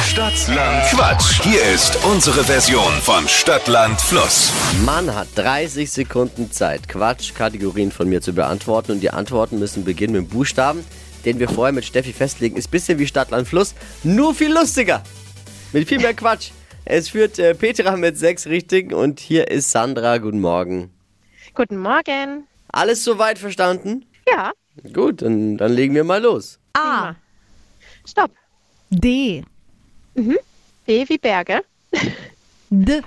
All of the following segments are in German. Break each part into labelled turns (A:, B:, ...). A: Stadtland Quatsch. Hier ist unsere Version von Stadtland Fluss.
B: Man hat 30 Sekunden Zeit, Quatschkategorien von mir zu beantworten. Und die Antworten müssen beginnen mit dem Buchstaben, den wir vorher mit Steffi festlegen. Ist bisschen wie Stadtland Fluss, nur viel lustiger. Mit viel mehr Quatsch. Es führt äh, Petra mit sechs richtigen und hier ist Sandra. Guten Morgen.
C: Guten Morgen.
B: Alles soweit verstanden?
C: Ja,
B: Gut, dann, dann legen wir mal los.
D: A.
C: stopp.
D: D.
C: B wie Berge.
D: D.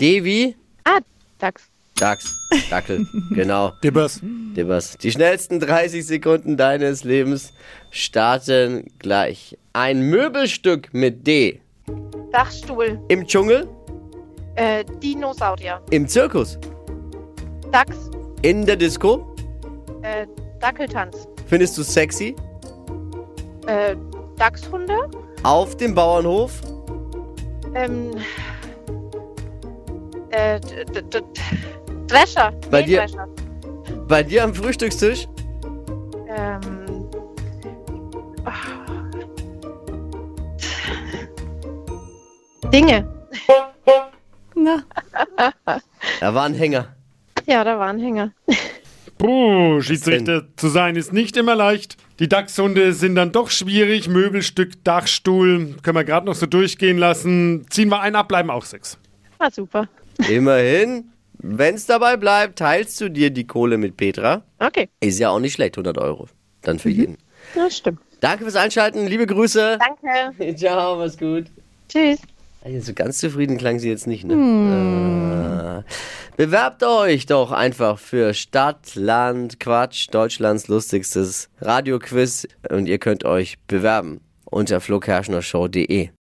B: Devi,
C: Ah, Dachs.
B: Dachs, Dackel, genau.
E: Dibbers.
B: Dibbers. Die schnellsten 30 Sekunden deines Lebens starten gleich. Ein Möbelstück mit D.
C: Dachstuhl.
B: Im Dschungel,
C: Äh, Dinosaurier.
B: im Zirkus,
C: Dachs.
B: in der Disco.
C: Äh, Dackeltanz.
B: Findest du sexy?
C: Äh, Dachshunde.
B: Auf dem Bauernhof,
C: Ähm. Äh, d- d- d- Drescher.
B: Bei dir-
C: Mähdrescher.
B: bei dir am Frühstückstisch,
C: Ähm. ah. Dinge.
D: Na.
B: da war ein Hänger.
C: Ja, da waren Hänger.
E: Puh, Schiedsrichter zu sein ist nicht immer leicht. Die Dachshunde sind dann doch schwierig. Möbelstück, Dachstuhl, können wir gerade noch so durchgehen lassen. Ziehen wir einen ab, bleiben auch sechs.
C: Ah, super.
B: Immerhin, wenn's dabei bleibt, teilst du dir die Kohle mit Petra.
C: Okay,
B: Ist ja auch nicht schlecht, 100 Euro. Dann für jeden.
C: das stimmt.
B: Danke fürs Einschalten, liebe Grüße.
C: Danke.
B: Ciao, mach's gut.
C: Tschüss.
B: Also so ganz zufrieden klang sie jetzt nicht, ne? Äh, bewerbt euch doch einfach für Stadt, Land, Quatsch, Deutschlands lustigstes Radioquiz und ihr könnt euch bewerben unter flokerschnershow.de.